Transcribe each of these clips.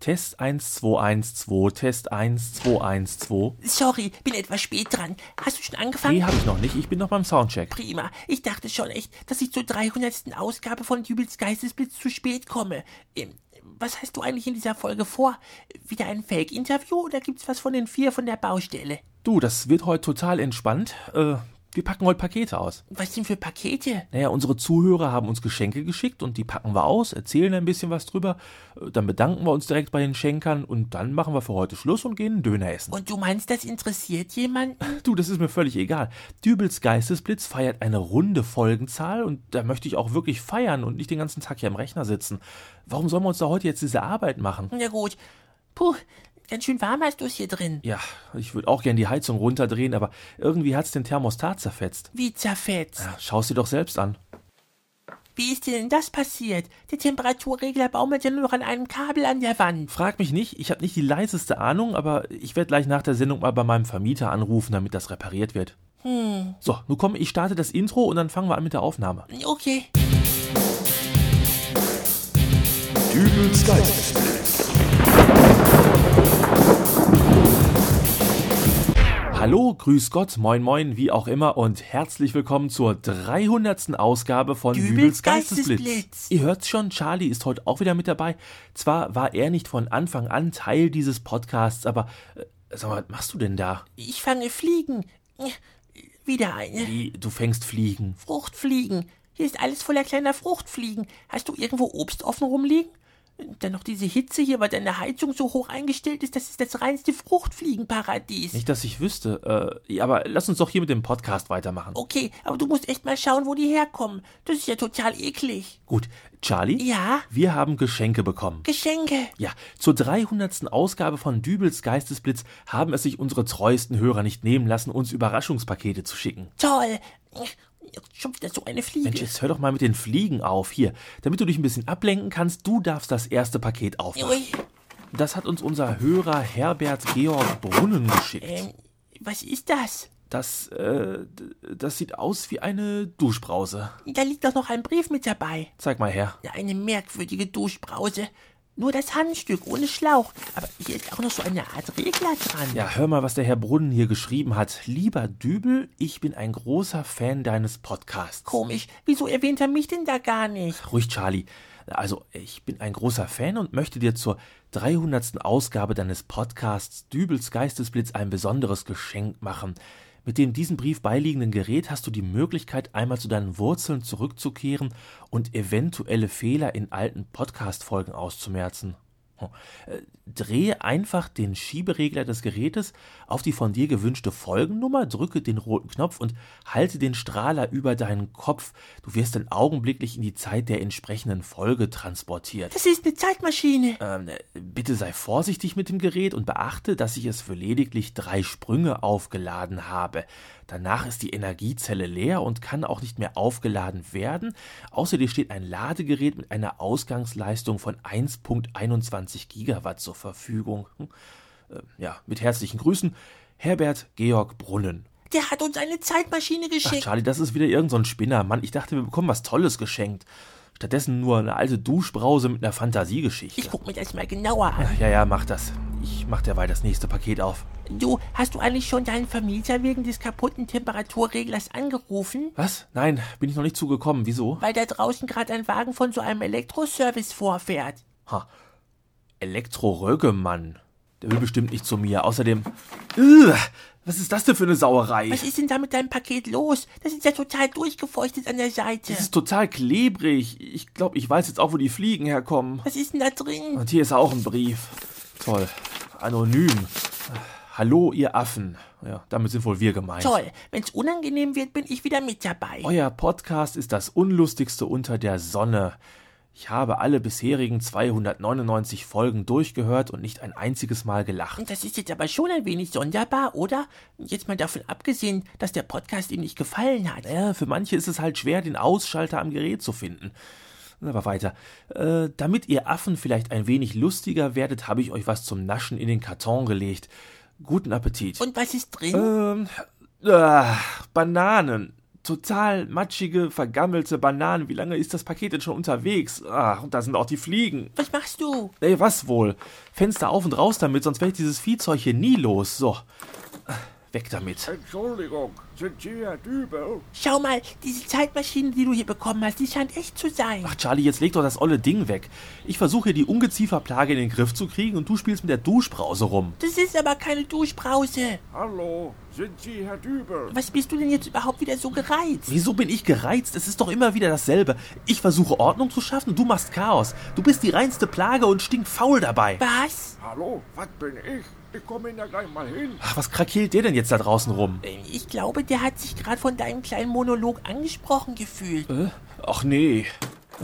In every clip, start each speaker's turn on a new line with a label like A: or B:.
A: Test 1212, Test 1212.
B: Sorry, bin etwas spät dran. Hast du schon angefangen?
A: Nee, hab ich noch nicht. Ich bin noch beim Soundcheck.
B: Prima. Ich dachte schon echt, dass ich zur 300. Ausgabe von Jubels Geistesblitz zu spät komme. Ähm, was hast du eigentlich in dieser Folge vor? Wieder ein Fake-Interview oder gibt's was von den vier von der Baustelle?
A: Du, das wird heute total entspannt. Äh, wir packen heute Pakete aus.
B: Was denn für Pakete?
A: Naja, unsere Zuhörer haben uns Geschenke geschickt und die packen wir aus, erzählen ein bisschen was drüber. Äh, Dann bedanken wir uns direkt bei den Schenkern und dann machen wir für heute Schluss und gehen einen Döner essen.
B: Und du meinst, das interessiert jemanden?
A: Du, das ist mir völlig egal. Dübels Geistesblitz feiert eine runde Folgenzahl und da möchte ich auch wirklich feiern und nicht den ganzen Tag hier am Rechner sitzen. Warum sollen wir uns da heute jetzt diese Arbeit machen?
B: Na gut. Puh, ganz schön warm hast du es hier drin.
A: Ja, ich würde auch gern die Heizung runterdrehen, aber irgendwie hat's den Thermostat zerfetzt.
B: Wie zerfetzt.
A: Schau's dir doch selbst an.
B: Wie ist dir denn das passiert? Der Temperaturregler baumelte nur noch an einem Kabel an der Wand.
A: Frag mich nicht, ich habe nicht die leiseste Ahnung, aber ich werde gleich nach der Sendung mal bei meinem Vermieter anrufen, damit das repariert wird. Hm. So, nun komm, ich starte das Intro und dann fangen wir an mit der Aufnahme.
B: Okay.
C: Dübels Geistesblitz.
A: Hallo, grüß Gott, moin moin, wie auch immer und herzlich willkommen zur 300. Ausgabe von
B: Dübels
A: Dübels Geistesblitz.
B: Geistesblitz.
A: Ihr hört's schon, Charlie ist heute auch wieder mit dabei. Zwar war er nicht von Anfang an Teil dieses Podcasts, aber äh, sag mal, was machst du denn da?
B: Ich fange Fliegen. Äh, Wieder eine.
A: Wie, du fängst Fliegen.
B: Fruchtfliegen. Hier ist alles voller kleiner Fruchtfliegen. Hast du irgendwo Obst offen rumliegen? Dann noch diese Hitze hier, weil deine Heizung so hoch eingestellt ist, das ist das reinste Fruchtfliegenparadies.
A: Nicht, dass ich wüsste, äh, ja, aber lass uns doch hier mit dem Podcast weitermachen.
B: Okay, aber du musst echt mal schauen, wo die herkommen. Das ist ja total eklig.
A: Gut, Charlie?
B: Ja?
A: Wir haben Geschenke bekommen.
B: Geschenke.
A: Ja, zur 300. Ausgabe von Dübels Geistesblitz haben es sich unsere treuesten Hörer nicht nehmen lassen, uns Überraschungspakete zu schicken.
B: Toll. Schon wieder so eine Fliege.
A: Mensch, jetzt hör doch mal mit den Fliegen auf. Hier, damit du dich ein bisschen ablenken kannst, du darfst das erste Paket aufmachen.
B: Ui,
A: Das hat uns unser Hörer Herbert Georg Brunnen geschickt.
B: ähm, was ist das?
A: Das, äh, d- das sieht aus wie eine Duschbrause.
B: Da liegt doch noch ein Brief mit dabei.
A: Zeig mal her.
B: Eine merkwürdige Duschbrause. Nur das Handstück, ohne Schlauch. Aber hier ist auch noch so eine Art Regler dran.
A: Ja, hör mal, was der Herr Brunnen hier geschrieben hat. Lieber Dübel, ich bin ein großer Fan deines Podcasts.
B: Komisch, wieso erwähnt er mich denn da gar nicht?
A: Ruhig, Charlie. Also, ich bin ein großer Fan und möchte dir zur 300. Ausgabe deines Podcasts Dübels Geistesblitz ein besonderes Geschenk machen. Mit dem diesem Brief beiliegenden Gerät hast du die Möglichkeit, einmal zu deinen Wurzeln zurückzukehren und eventuelle Fehler in alten Podcast-Folgen auszumerzen. Hm. Äh, Drehe einfach den Schieberegler des Gerätes auf die von dir gewünschte Folgennummer, drücke den roten Knopf und halte den Strahler über deinen Kopf. Du wirst dann augenblicklich in die Zeit der entsprechenden Folge transportiert.
B: Das ist eine Zeitmaschine.
A: Ähm, äh, bitte sei vorsichtig mit dem Gerät und beachte, dass ich es für lediglich drei Sprünge aufgeladen habe. Danach ist die Energiezelle leer und kann auch nicht mehr aufgeladen werden. Außer dir steht ein Ladegerät mit einer Ausgangsleistung von 1.21 Gigawatt zur Verfügung. Hm. Ähm, ja, mit herzlichen Grüßen, Herbert Georg Brunnen.
B: Der hat uns eine Zeitmaschine
A: Ach,
B: geschickt.
A: Charlie, das ist wieder irgend so ein Spinner. Mann, ich dachte, wir bekommen was Tolles geschenkt. Stattdessen nur eine alte Duschbrause mit einer Fantasiegeschichte.
B: ich guck mir das mal genauer an.
A: Ja, ja, mach das. Ich mach derweil das nächste Paket auf.
B: Du, hast du eigentlich schon deinen Vermieter wegen des kaputten Temperaturreglers angerufen?
A: Was? Nein, bin ich noch nicht zugekommen. Wieso?
B: Weil da draußen gerade ein Wagen von so einem Elektroservice vorfährt.
A: Elektro-Rögemann. Der will bestimmt nicht zu mir. Außerdem. Ugh, was ist das denn für eine Sauerei?
B: Was ist denn da mit deinem Paket los? Das ist ja total durchgefeuchtet an der Seite.
A: Das ist total klebrig. Ich glaube, ich weiß jetzt auch, wo die Fliegen herkommen.
B: Was ist denn da drin?
A: Und hier ist auch ein Brief. Toll. Anonym. Hallo, ihr Affen. Ja, damit sind wohl wir gemeint.
B: Toll, wenn's unangenehm wird, bin ich wieder mit dabei.
A: Euer Podcast ist das unlustigste unter der Sonne. Ich habe alle bisherigen 299 Folgen durchgehört und nicht ein einziges Mal gelacht.
B: Das ist jetzt aber schon ein wenig sonderbar, oder? Jetzt mal davon abgesehen, dass der Podcast ihm nicht gefallen hat.
A: Ja, für manche ist es halt schwer, den Ausschalter am Gerät zu finden. Aber weiter. Äh, damit ihr Affen vielleicht ein wenig lustiger werdet, habe ich euch was zum Naschen in den Karton gelegt. Guten Appetit. Äh.
B: Und was ist drin?
A: ähm, ah, Bananen. total matschige, vergammelte Bananen. Wie lange ist das Paket denn schon unterwegs? Ach, und da sind auch die Fliegen.
B: Was machst du?
A: Ey, was wohl? Fenster auf und raus damit, sonst werde ich dieses Viehzeug hier nie los. So. Weg damit.
D: Entschuldigung, sind Sie Herr Dübel?
B: Schau mal, diese Zeitmaschine, die du hier bekommen hast, die scheint echt zu sein.
A: Ach, Charlie, jetzt leg doch das olle Ding weg. Ich versuche hier die Ungezieferplage in den Griff zu kriegen und du spielst mit der Duschbrause rum.
B: Das ist aber keine Duschbrause.
D: Hallo, sind Sie Herr Dübel?
B: Was bist du denn jetzt überhaupt wieder so gereizt?
A: Wieso bin ich gereizt? Es ist doch immer wieder dasselbe. Ich versuche Ordnung zu schaffen und du machst Chaos. Du bist die reinste Plage und stinkfaul dabei.
B: Was?
D: Hallo, was bin ich? Ich komme Ihnen ja gleich mal hin.
A: Ach, was krakeelt dir denn jetzt da draußen rum?
B: Ähm, Ich glaube, der hat sich gerade von deinem kleinen Monolog angesprochen gefühlt.
A: Äh? Ach nee.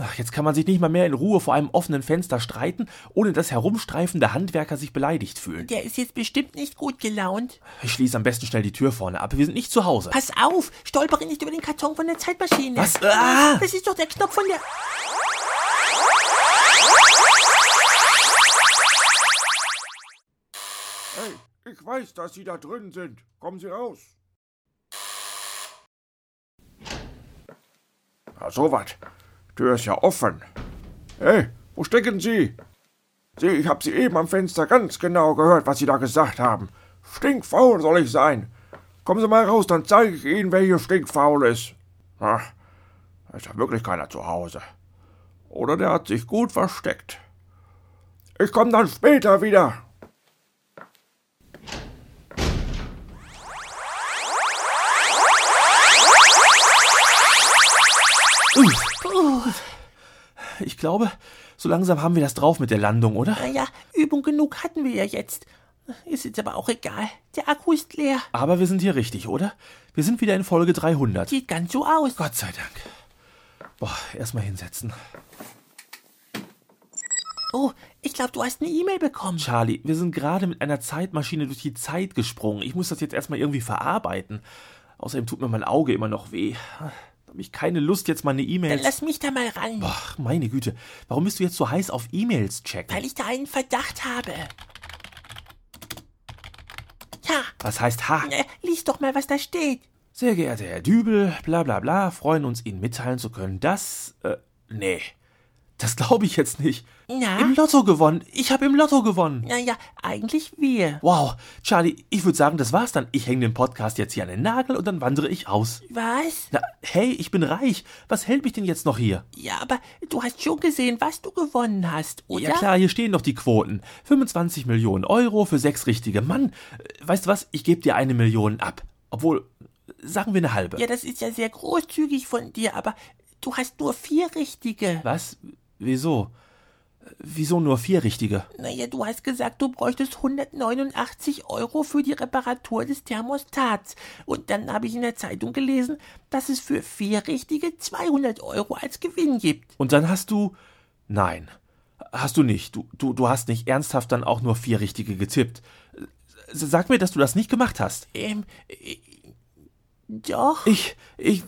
A: Ach, jetzt kann man sich nicht mal mehr in Ruhe vor einem offenen Fenster streiten, ohne dass herumstreifende Handwerker sich beleidigt fühlen.
B: Der ist jetzt bestimmt nicht gut gelaunt.
A: Ich schließe am besten schnell die Tür vorne ab. Wir sind nicht zu Hause.
B: Pass auf, stolpere nicht über den Karton von der Zeitmaschine.
A: Was? Ah!
B: Das ist doch der Knopf von der...
D: Hey, ich weiß, dass Sie da drin sind. Kommen Sie raus. Na sowas. Tür ist ja offen. Hey, wo stecken Sie? Sie, ich hab Sie eben am Fenster ganz genau gehört, was Sie da gesagt haben. Stinkfaul soll ich sein. Kommen Sie mal raus, dann zeige ich Ihnen, wer hier stinkfaul ist. Ach, da ist ja wirklich keiner zu Hause. Oder der hat sich gut versteckt. Ich komme dann später wieder.
A: Ich glaube, so langsam haben wir das drauf mit der Landung, oder?
B: Naja, Ah Übung genug hatten wir ja jetzt. Ist jetzt aber auch egal. Der Akku ist leer.
A: Aber wir sind hier richtig, oder? Wir sind wieder in Folge 300.
B: Sieht ganz so aus.
A: Gott sei Dank. Boah, erstmal hinsetzen.
B: Oh, ich glaube, du hast eine E-Mail bekommen.
A: Charlie, wir sind gerade mit einer Zeitmaschine durch die Zeit gesprungen. Ich muss das jetzt erstmal irgendwie verarbeiten. Außerdem tut mir mein Auge immer noch weh. Da habe ich keine Lust, jetzt mal eine
B: Dann
A: E-Mail.
B: lass mich da mal ran,
A: Ach, meine Güte. Warum bist du jetzt so heiß auf E-Mails checken?
B: weil ich da einen Verdacht habe. Ja,
A: Was heißt ha?
B: äh, lies doch mal, was da steht.
A: Sehr geehrter Herr Dübel, bla bla bla, freuen uns, Ihnen mitteilen zu können, dass. Äh, nee. Das glaube ich jetzt nicht.
B: Na?
A: Im Lotto gewonnen. Ich habe im Lotto gewonnen.
B: Naja, eigentlich wir.
A: Wow, Charlie, ich würde sagen, das war's dann. Ich hänge den Podcast jetzt hier an den Nagel und dann wandere ich aus.
B: Was?
A: Na, hey, ich bin reich. Was hält mich denn jetzt noch hier?
B: Ja, aber du hast schon gesehen, was du gewonnen hast, oder?
A: Oh, Ja klar, hier stehen noch die Quoten. 25 Millionen Euro für sechs richtige. Mann, äh, weißt du was? Ich gebe dir eine Million ab. Obwohl, sagen wir eine halbe.
B: Ja, das ist ja sehr großzügig von dir, aber du hast nur vier richtige.
A: Was? Wieso? Äh, Wieso nur vier richtige?
B: Naja, du hast gesagt, du bräuchtest 189 Euro für die Reparatur des Thermostats. Und dann habe ich in der Zeitung gelesen, dass es für vier richtige 200 Euro als Gewinn gibt.
A: Und dann hast du. Nein. Hast du nicht. Du, du, du hast nicht ernsthaft dann auch nur vier richtige getippt. Äh, s- Sag mir, dass du das nicht gemacht hast.
B: Ähm, äh, doch.
A: Ich. Ich.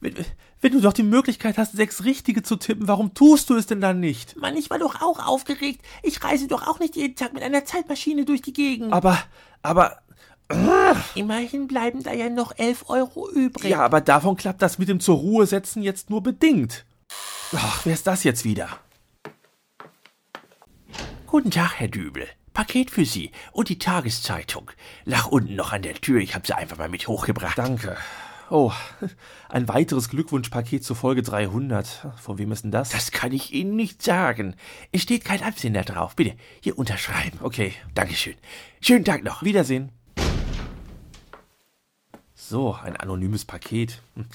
A: Wenn, wenn du doch die Möglichkeit hast, sechs richtige zu tippen, warum tust du es denn dann nicht?
B: Mann, ich war doch auch aufgeregt. Ich reise doch auch nicht jeden Tag mit einer Zeitmaschine durch die Gegend.
A: Aber. Aber.
B: Immerhin bleiben da ja noch 11 Euro übrig.
A: Ja, aber davon klappt das mit dem zur Ruhe setzen jetzt nur bedingt. Ach, wer ist das jetzt wieder?
B: Guten Tag, Herr Dübel. Paket für Sie und die Tageszeitung. Lach unten noch an der Tür, ich habe sie einfach mal mit hochgebracht.
A: Danke. Oh, ein weiteres Glückwunschpaket zur Folge 300. Von wem ist denn das?
B: Das kann ich Ihnen nicht sagen. Es steht kein Absender drauf. Bitte, hier unterschreiben.
A: Okay,
B: Dankeschön. Schönen Tag noch.
A: Wiedersehen. So, ein anonymes Paket. Hm.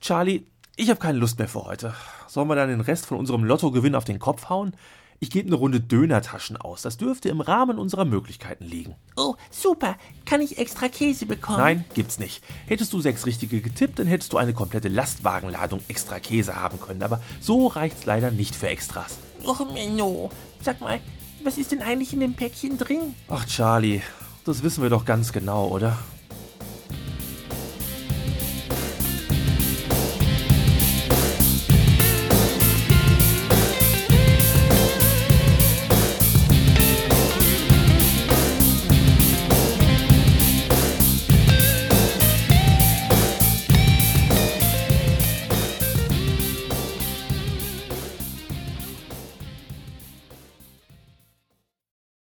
A: Charlie, ich habe keine Lust mehr für heute. Sollen wir dann den Rest von unserem Lottogewinn auf den Kopf hauen? Ich gebe eine Runde Dönertaschen aus. Das dürfte im Rahmen unserer Möglichkeiten liegen.
B: Oh, super. Kann ich extra Käse bekommen?
A: Nein, gibt's nicht. Hättest du sechs richtige getippt, dann hättest du eine komplette Lastwagenladung extra Käse haben können. Aber so reicht's leider nicht für Extras.
B: Och, Menno. Sag mal, was ist denn eigentlich in dem Päckchen drin?
A: Ach, Charlie, das wissen wir doch ganz genau, oder?